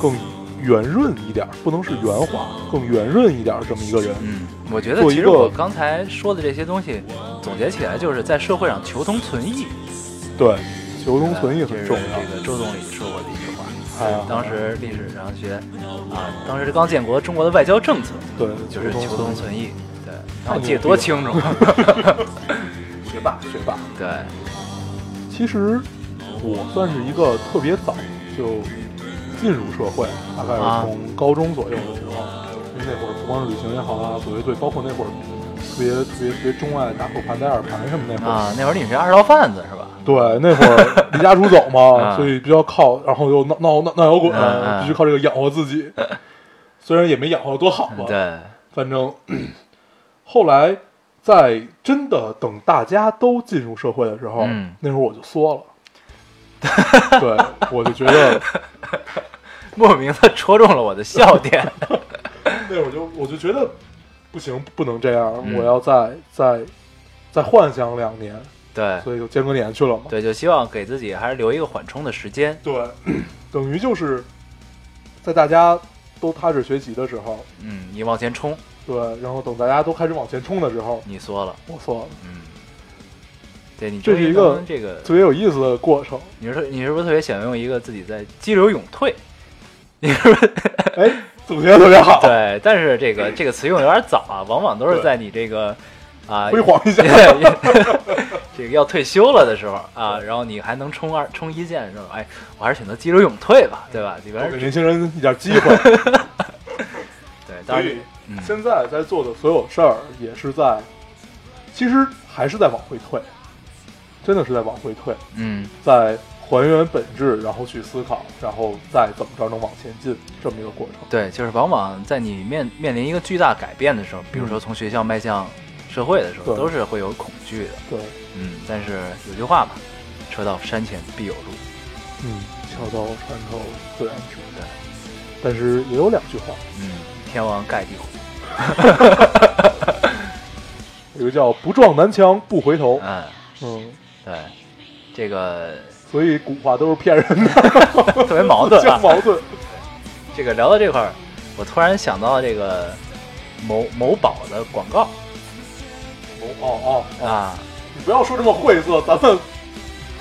更圆润一点儿，不能是圆滑，更圆润一点儿这么一个人。嗯，我觉得做其一实个我刚才说的这些东西，总结起来就是在社会上求同存异，对，求同存异这很是重要。这个周总理说过的一句话。哎呀，当时历史上学啊，当时刚建国中国的外交政策对，就是求同同存异，对，太然后牛记得逼多了清楚，异，学霸，学霸。对，其实我算是一个特别早就进入社会，大概啊是从高中左右的时候，因为那会儿不光是旅行也好啊，组乐队，包括那会儿特别特别特别钟爱打口盘、戴耳盘什么那会儿。啊，那会儿你是二道贩子是吧？对，那会儿离家出 走嘛，啊所以比较靠，然后又闹闹闹闹摇滚，嗯嗯必须靠这个养活自己。虽然也没养活得多好吧，对，反正 后来在真的等大家都进入社会的时候，嗯那时候我就 缩了。对，我就觉得莫名的戳中了我的笑点。 那会儿就我就觉得不行，不能这样，嗯我要再再再幻想两年，对所以就间隔年去了嘛。对，就希望给自己还是留一个缓冲的时间。对， 等于就是在大家都踏实学习的时候，嗯，你往前冲，对，然后等大家都开始往前冲的时候，你缩了。我缩了，嗯，对你这终于是一个能这个，特别有意思的过程。你说你是不是特别想用一个自己在激流勇退？ 你是不是哎，总结得特别好，对？但是这 个这个词用得有点早啊，往往都是在你这个啊辉煌一下。 这个要退休了的时候啊，然后你还能冲二冲一线的时候，哎，我还是选择激流勇退吧，对吧？里边给年轻人一点机会。 对，当所然以嗯现在在做的所有事儿，也是在，其实还是在往回退，真的是在往回退，嗯在还原本质，然后去思考，然后再怎么着能往前进，这么一个过程。对，就是往往在你面面临一个巨大改变的时候，比如说从学校迈向社会的时候，嗯对都是会有恐惧的。对，嗯，但是有句话嘛，车到山前必有路。嗯，桥到船头自然直。对，但是也有两句话，嗯，天王盖地虎。有一个叫“不撞南墙不回头嗯，”。嗯，对，这个所以古话都是骗人的， 特别矛 盾啊相。矛盾。这个聊到这块儿，我突然想到这个某某宝的广告哦哦，啊，你不要说这么晦涩，咱们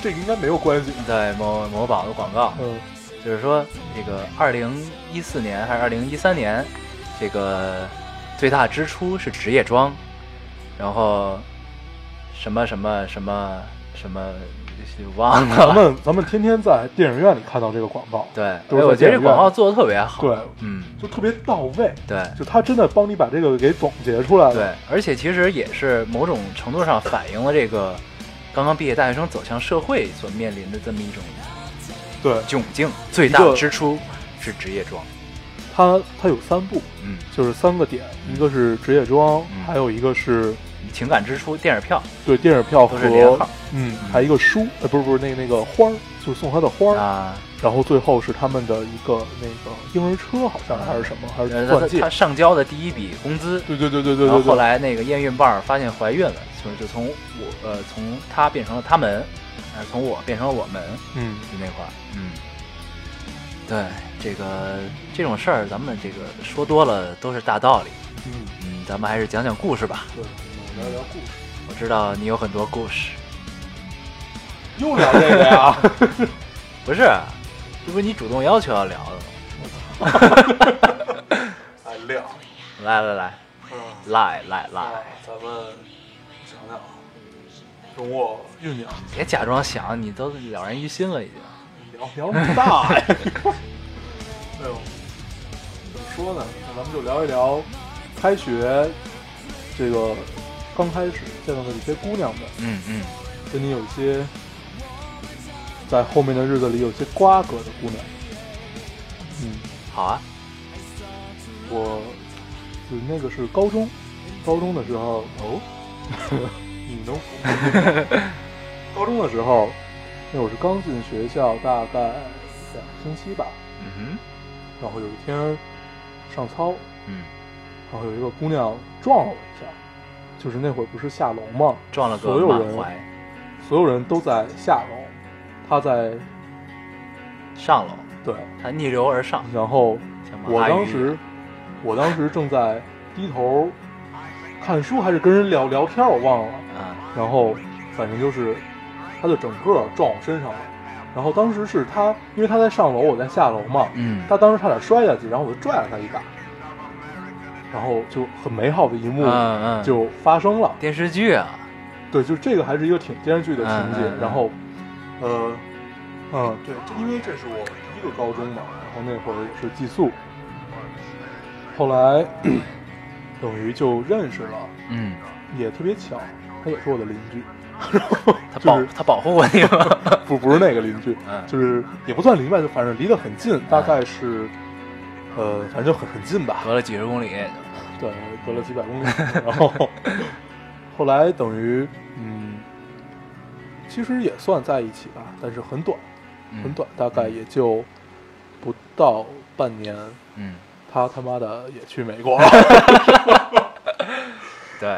这应该没有关系。对某某宝的广告，嗯，就是说这个二零一四年还是二零一三年，这个最大支出是职业装，然后什么什么什么什么 忘咱了。们咱们天天在电影院里看到这个广告，对，哎都是在我觉得这电影院广告做的特别好。对，嗯，就特别到位，对就他真的帮你把这个给总结出来了。对，而且其实也是某种程度上反映了这个刚刚毕业大学生走向社会所面临的这么一种对，窘境最大支出是职业装，它它有三部，嗯，就是三个点，一个是职业装，嗯还有一个是情感支出、电影票对电影票和都是连号嗯，嗯还有一个书，呃，不是不是那那个花儿，就是送他的花儿，啊，然后最后是他们的一个那个婴儿车，好像还是什么，还是呃钻他戒他，上交的第一笔工资，对对对对对然后对后对，来那个验孕棒发现怀孕了，所以就从我呃从他变成了他们，还是从我变成了我们，嗯，就那块儿，嗯，对这个这种事儿，咱们这个说多了都是大道理，嗯，嗯，咱们还是讲讲故事吧。对，我们聊聊故事，我知道你有很多故事，又聊这个呀，不是，这不是你主动要求要聊的吗？ 哎嗯聊，来来来，来来来，哎咱们想想，容我酝酿，别假装想，你都了然于心了已经。聊聊大呀，哎呦，怎么说呢？那咱们就聊一聊开学这个刚开始见到的一些姑娘们。嗯嗯，跟你有一些在后面的日子里有些瓜葛的姑娘。嗯，好啊，我就那个是高中，高中的时候哦， 你能服？高中的时候，那会儿是刚进学校，大概两个星期吧。嗯然后有一天上操，哼，嗯，然后有一个姑娘撞了我一下，就是那会儿不是下楼吗？撞了个所有满人怀，所有人都在下楼，她在上楼，对，他逆流而上，然后像马我哈鱼当时，我当时正在低头看书，还是跟人聊聊天，我忘了。啊，然后反正就是，他就整个撞我身上了。然后当时是他，因为他在上楼，我在下楼嘛。嗯他当时差点摔下去，然后我就拽了他一把，然后就很美好的一幕嗯嗯就发生了。电视剧啊，对，就这个还是一个挺电视剧的情节。嗯嗯嗯然后，呃，嗯，对，这因为这是我第一个高中嘛，然后那会儿是寄宿，后来 等于就认识了，嗯，也特别巧，他也是我的邻 居，他保、就是他保护过你吗？ 不不是那个邻居，嗯就是也不算邻居吧，就反正离得很近，大概是，呃，反正就很很近吧，隔了几十公里，对，隔了几百公里，然后后来等于嗯，其实也算在一起吧，但是很短，嗯很短，大概也就不到半年，嗯，他他妈的也去美国 了。对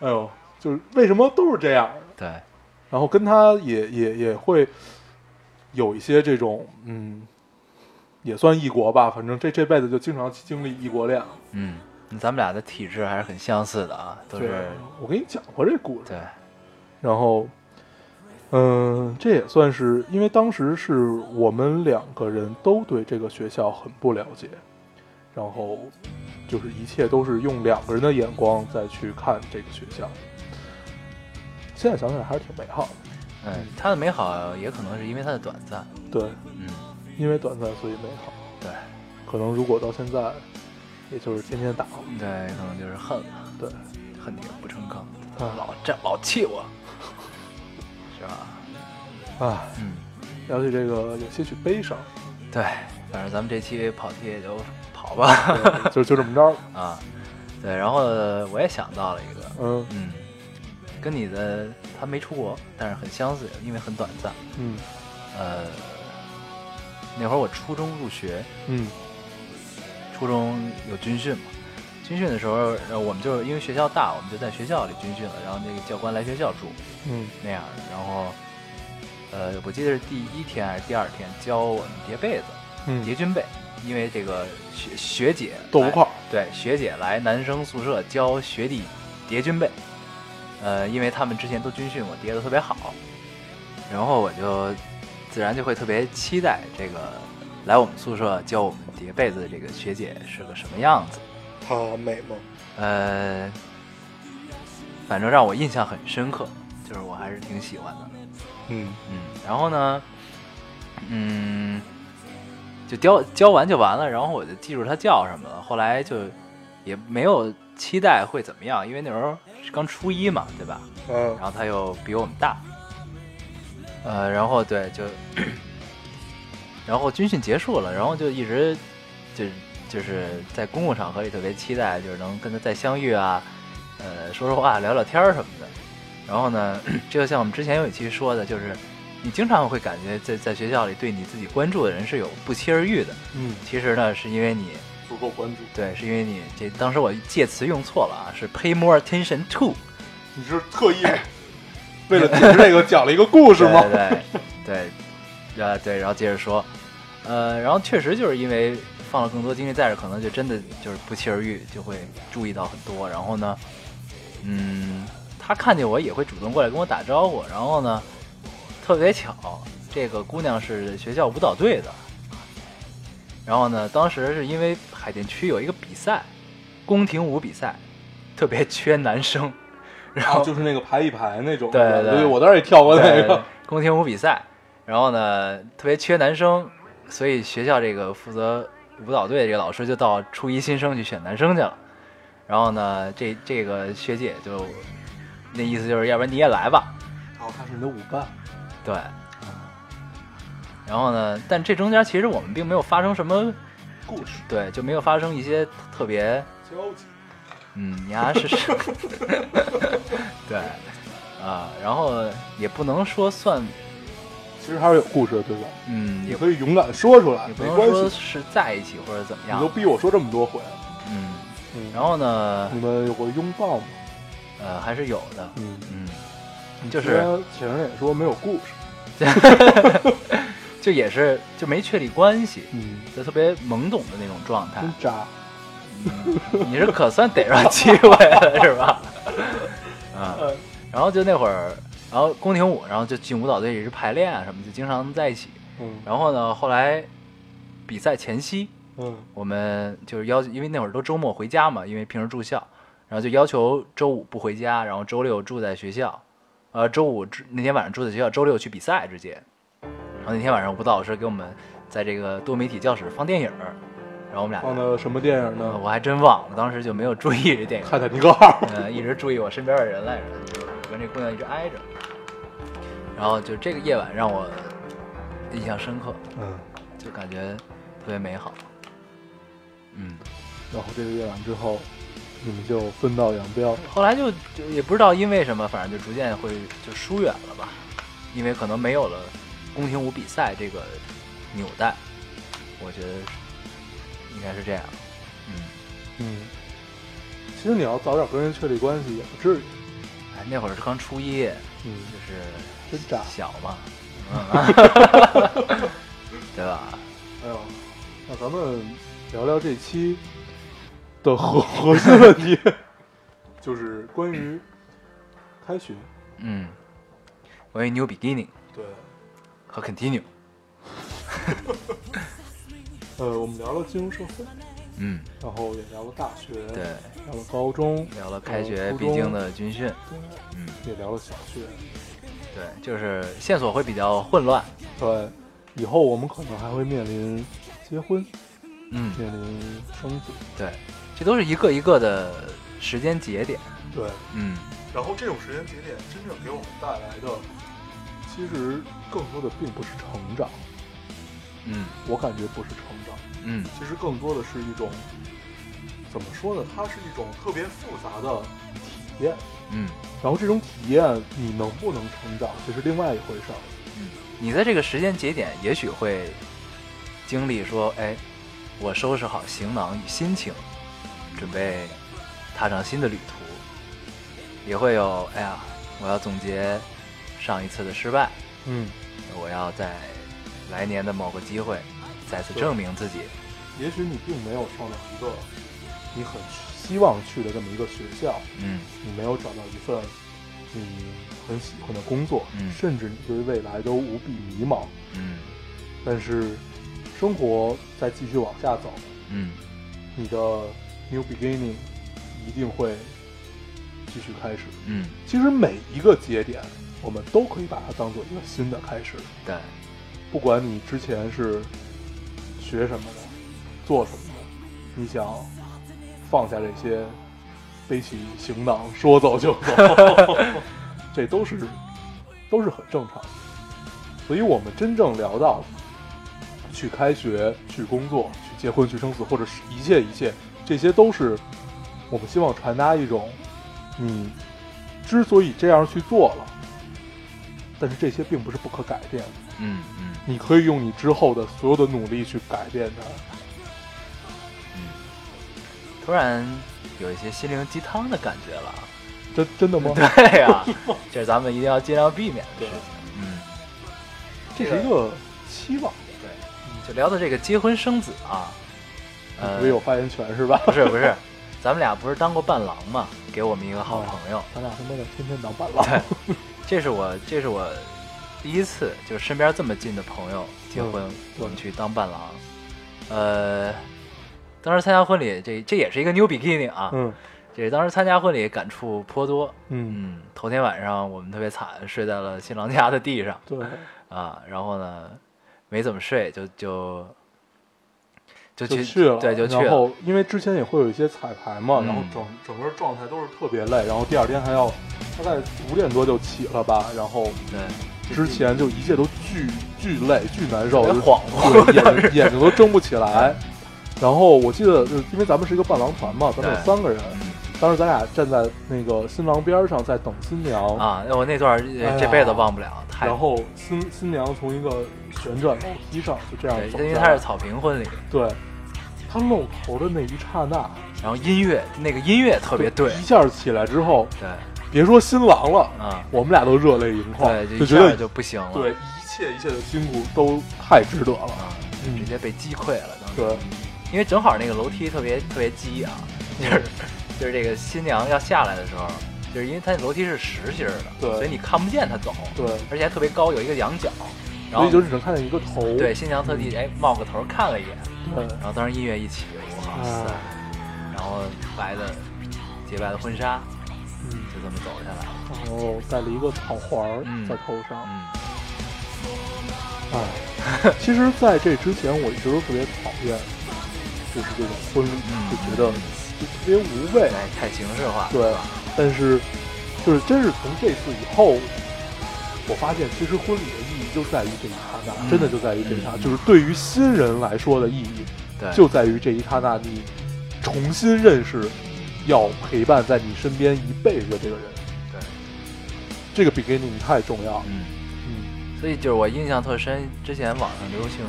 哎呦，就是为什么都是这样？对，然后跟他也也也会有一些这种嗯，也算异国吧，反正这这辈子就经常经历异国恋了。嗯，咱们俩的体质还是很相似的啊，都对是，我跟你讲过这故事。对，嗯然后，嗯、这也算是因为当时是我们两个人都对这个学校很不了解，然后就是一切都是用两个人的眼光再去看这个学校。现在想起来还是挺美好的，嗯，他的美好也可能是因为他的短暂，对，嗯，因为短暂所以美好。对可能如果到现在，也就是天天打，对，可能就是恨了。对，恨铁不成钢，啊老这老气我，是吧？唉，嗯，聊起这个有些许悲 伤，对，反正咱们这期跑题也就跑吧对就就这么着，啊。对，然后呃我也想到了一个，嗯嗯，跟你的他没出国，但是很相似，因为很短暂。嗯呃，那会儿我初中入学，嗯初中有军训嘛，军训的时候，呃，我们就是因为学校大，我们就在学校里军训了，然后那个教官来学校住，嗯那样的。然后，呃，我记得是第一天还是第二天教我们叠被子、叠嗯，军被，因为这个学学姐豆腐来块儿，对学姐来男生宿舍教学弟叠军被，呃，因为他们之前都军训过，叠的特别好，然后我就自然就会特别期待这个来我们宿舍教我们叠被子的这个学姐是个什么样子。她美吗？呃，反正让我印象很深刻，就是我还是挺喜欢的。嗯嗯，然后呢，嗯，就教教完就完了，然后我就记住他叫什么了。后来就也没有期待会怎么样，因为那时候是刚初一嘛，对吧？嗯然后他又比我们大，呃，然后对就 然后军训结束了，然后就一直就就是在公共场合里特别期待，就是能跟他再相遇啊，呃，说说话、聊聊天儿什么的。然后呢， 这就像我们之前有一期说的，就是你经常会感觉在在学校里对你自己关注的人是有不期而遇的。嗯，其实呢，是因为你不够关注。对，是因为你这当时我借词用错了啊，是 pay more attention to，你是特 意为了解释这个讲了一个故事吗？对对对，对呃对，然后接着说，呃，然后确实就是因为放了更多精力在这儿，可能就真的就是不期而遇，就会注意到很多。然后呢，嗯，他看见我也会主动过来跟我打招呼。然后呢，特别巧，这个姑娘是学校舞蹈队的。然后呢，当时是因为海淀区有一个比赛，宫廷舞比赛，特别缺男生。然后啊就是那个排一排那种，对对对 对，我当时也跳过那对个，宫廷舞比赛，然后呢特别缺男生，所以学校这个负责舞蹈队这个老师就到初一新生去选男生去了。然后呢，这这个学姐就那意思就是，要不然你也来吧，然后他是你的舞伴，对。啊然后呢，但这中间其实我们并没有发生什么，故事对，就没有发生一些特别交集，嗯，你丫是 是，对，啊、然后也不能说算，其实还是有故事的，对吧？嗯，你也可以勇敢说出来，也不没能关说系，是在一起或者怎么你样都，逼我说这么多回了。嗯，嗯，然后呢你，们有过拥抱吗？呃，还是有的，嗯，嗯，就虽是然前面也说没有故事， 就也是就没确立关系，嗯，啊就特别懵懂的那种状态真。渣，嗯你是可算逮着机会了，是吧？ 啊，呃，然后就那会儿，然后宫廷舞，然后就进舞蹈队一直排练啊什么，就经常在一起。嗯然后呢，后来比赛前夕，嗯我们就是要，因为那会儿都周末回家嘛，因为平时住校，然后就要求周五不回家，然后周六住在学校，呃，周五住那天晚上住在学校，周六去比赛直接。然后那天晚上舞蹈老师给我们在这个多媒体教室放电影儿，然后我们俩，放的什么电影呃呢？我还真忘了，当时就没有注意这电影。《泰坦尼克号》呃，一直注意我身边的人来着，就是我跟这姑娘一直挨着。然后就这个夜晚让我印象深刻，嗯，就感觉特别美好。嗯，然后这个夜晚之后，你们就分道扬镳了。后来就就也不知道因为什么，反正就逐渐会就疏远了吧，因为可能没有了宫廷舞比赛这个纽带，我觉得是应该是这样。嗯，嗯，其实你要早点跟人确立关系也不至于。哎，那会儿是刚初一，嗯就，是真渣。小 嘛，对吧？哎呦，那咱们聊聊这期的核核心问题， 就是关于开学。嗯，关于 New Beginning 对，和 Continue，呃，我们聊了进入社会，嗯，然后也聊了大学，对，聊了高中，聊了开呃学初必中经的军训，对嗯，也聊了小学。对，就是线索会比较混乱，对，以后我们可能还会面临结婚，嗯，面临生子。对，这都是一个一个的时间节点。对，嗯，然后这种时间节点真正给我们带来的，其实更多的并不是成长，嗯我感觉不是成长，嗯其实更多的是一种，怎么说呢？它是一种特别复杂的体验。嗯然后这种体验，你能不能成长，这是另外一回事儿。嗯，你在这个时间节点，也许会经历说，哎，我收拾好行囊与心情，准备踏上新的旅途，也会有，哎呀，我要总结上一次的失败，嗯，我要在来年的某个机会再次证明自己。也许你并没有上到一个你很希望去的这么一个学校，嗯你没有找到一份你很喜欢的工作，嗯甚至你对未来都无比迷茫。嗯但是生活在继续往下走，嗯你的 new beginning 一定会继续开始。嗯，其实每一个节点，我们都可以把它当做一个新的开始，对，不管你之前是学什么的，做什么的，你想放下这些，背起行囊说走就走，这都是都是很正常的。所以我们真正聊到去去开学、去工作、去结婚、去生子，或者是一切一切，这些都是我们希望传达一种，你之所以这样去做了，但是这些并不是不可改变的，嗯嗯你可以用你之后的所有的努力去改变它。嗯，突然有一些心灵鸡汤的感觉了 啊。真真的吗？对呀、这是咱们一定要尽量避免的事情。嗯，这是一个期望，对，就聊到这个结婚生子啊，呃，没有发言权是吧？不是不是，咱们俩不是当过伴郎嘛？给我们一个好朋友， 咱俩他妈的天天当伴郎，这是我这是我第一次，就身边这么近的朋友结婚，我们去当伴郎。呃，当时参加婚礼，这这也是一个 new beginning 啊，嗯这当时参加婚礼感触颇多。嗯，嗯，头天晚上我们特别惨，睡在了新郎家的地上。对，啊，然后呢，没怎么睡，就就就就去去了，对，就去然了，后因为之前也会有一些彩排嘛，嗯然后整整个状态都是特别累，然后第二天还要大概五点多就起了吧，然后对，之前就一切都巨巨累、巨难受，特就别是恍 惚，对，眼睛眼睛都睁不起来。然后我记得，就是呃因为咱们是一个伴郎团嘛，咱们有对三个人，嗯当时咱俩站在那个新郎边上在等新娘，啊，那我那段儿哎呃呀这辈子忘不了，太然后新新娘从一个旋转楼梯上就这样对，走因为下它来是草坪婚礼，对，她露头的那一刹那，然后音乐那个音乐特别 对一，下起来之后，对，别说新郎了，啊，我们俩都热泪盈眶，对，就一觉下得就不行了，对一切一切的辛苦都太值得了。啊，嗯直接被击溃了，当时， 对，因为正好那个楼梯特别特别激啊，就是就是这个新娘要下来的时候。就是因为它那楼梯是实心儿的，对所以你看不见她走，对，而且还特别高，有一个仰角，然所后以就只能看见一个头。对，新娘特地哎冒个头看了一眼，对，然后当时音乐一起，哇塞，哎然后白的洁白的婚纱嗯，就这么走下来了，然后戴了一个草环儿嗯在头上。嗯哎，其实在这之前，我一直都特别讨厌，就是这种婚礼，嗯就觉得就特别无味。哎太形式化了，对，但是就是真是从这次以后，我发现其实婚礼的意义就在于这一刹那，嗯真的就在于这一刹那，嗯就是对于新人来说的意义对，就在于这一刹那，你重新认识要陪伴在你身边一辈子的这个人，对，这个 beginning 太重要了。嗯，嗯所以就是我印象特深，之前网上流行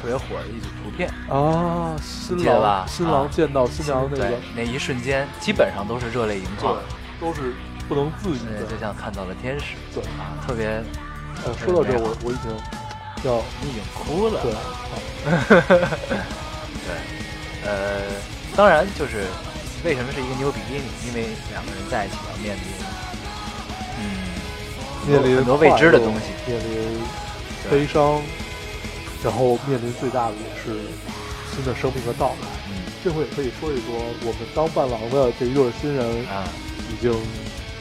特别火的一组图片，啊，新记得吧郎新郎啊见到新娘那个对，那一瞬间基本上都是热泪盈对眶，，都是不能自已对，就的。像看到了天使，对，啊，特别呃，说到这儿美好我我已经要你已经哭了，对。对，呃，当然就是为什么是一个 new beginning，因为两个人在一起要面临，嗯，面临很多未知的东西快乐面临悲对，伤，然后面临最大的也是新的生命的到来。嗯这回也可以说一说，我们当伴郎的这一对新人啊，已经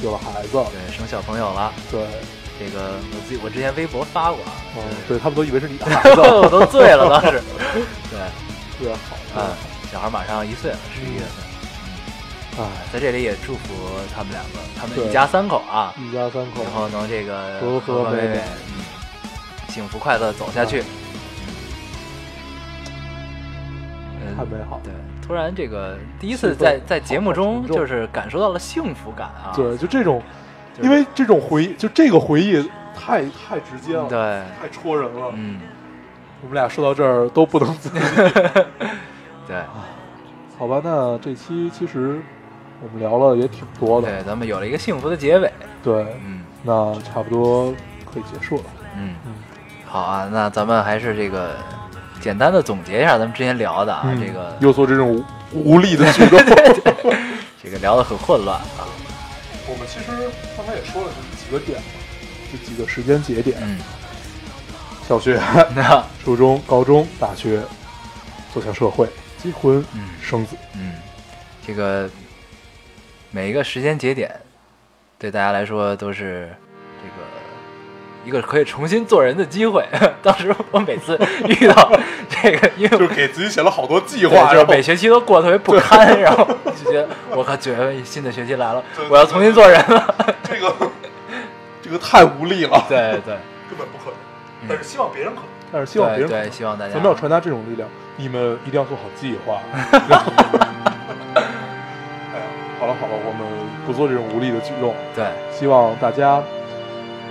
有了孩子，对，生小朋友了，对，这个我自己我之前微博发过啊，嗯，就是对他们都 以为是你的孩子，我都醉了当 时，对，特别好，啊，小孩马上一岁了，十一月份，哎，在这里也祝福他们两个，他们对一家三口啊，一家三口以，后能这个和和美美美美，嗯，幸福快乐走下去。嗯太美好了对，突然这个第一气次氛在在节目好中，沉重就是感受到了幸福感啊。对，就这种，就是因为这种回忆，就这个回忆太太直接了，嗯对，太戳人了。嗯，我们俩说到这儿都不能 自已。对好吧，那这期其实我们聊了也挺多的，对，咱们有了一个幸福的结尾。对，嗯那差不多可以结束了。嗯嗯，好啊，那咱们还是这个简单的总结一下咱们之前聊的啊，嗯这个又做这种无力的举动， 这个聊得很混乱啊。我们其实刚才也说了这几个点嘛，这几个时间节点：嗯，小学、 那初中、高中、大学，走向社会，结婚、嗯生 子。嗯，这个每一个时间节点，对大家来说都是这个一个可以重新做人的机会。 当时我每次遇到这个，因为我给自己写了好多计对就是每学期都过得特别不堪，然后就觉得我靠，觉得新的学期来了对，我要重新做人了。 这个这个太无力了，对对，根本不可能嗯但是希望别人可能。但是希望别对人对，希望大家咱们要传达这种力量，你们一定要做好计 划。哎呀，好了好了，我们不做这种无力的举动，对，希望大家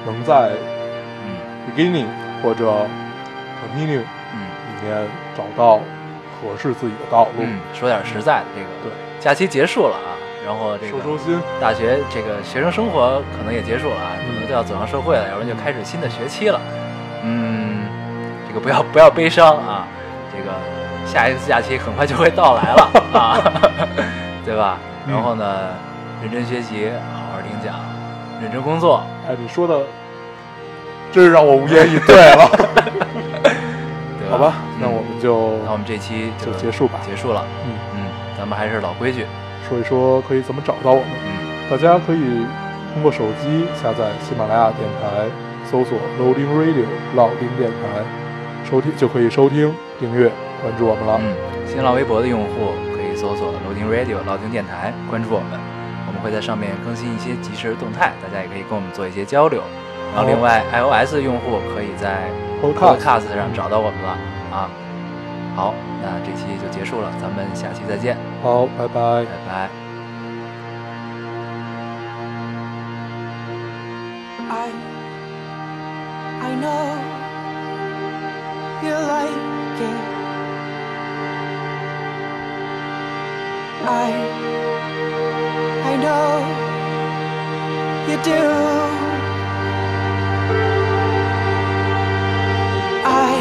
能在嗯 beginning 或者 continue 嗯里面找到合适自己的道路，嗯，说点实在的，这个对假期结束了啊，然后这收收个心。大学这个学生生活可能也结束了啊，嗯可能就要走上社会了，要不然就开始新的学期了。嗯，这个不要不要悲伤啊，这个下一次假期很快就会到来了啊， 对吧？嗯然后呢，认真学习，好好听讲，认真工作，哎，你说的真是让我无言以对了。对 好吧，那我嗯们就那我们这期就结束吧结束了。嗯嗯，咱们还是老规矩，说一说可以怎么找到我们。嗯大家可以通过手机下载喜马拉雅电台，搜索 Loading Radio 老丁电台，收听就可以收听、订阅、关注我们了。嗯，新浪微博的用户可以搜索“楼顶 Radio” 老丁电台，关注我们，我们会在上面更新一些即时动态，大家也可以跟我们做一些交流。然好后，另外 iOS 用户可以在 Podcast， Podcast 上找到我们了啊。好，那这期就结束了，咱们下期再见，好，拜拜拜。拜。 I I know you like it. I I know you do. I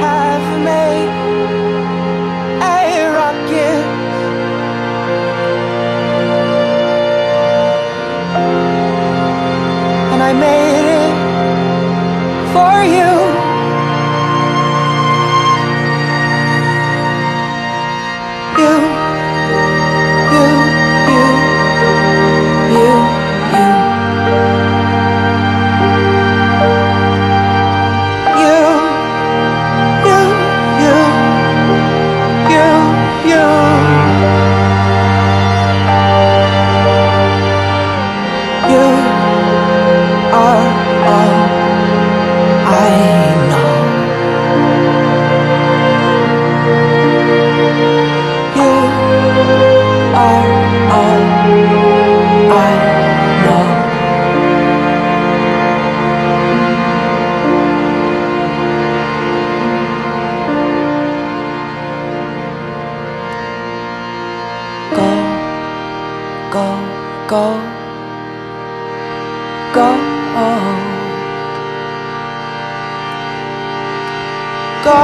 have made a rocket. and I made it for you. You, you, you, you, you. You, you, you, you, you. You are all I know. You are all I know. Go, go, go go. Go.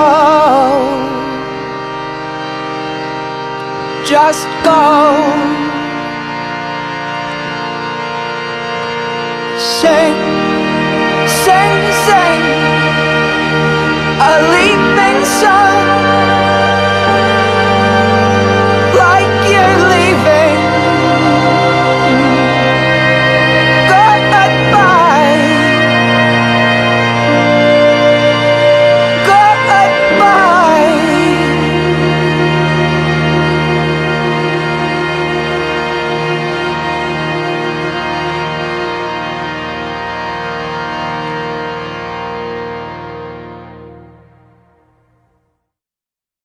Just go. Sing.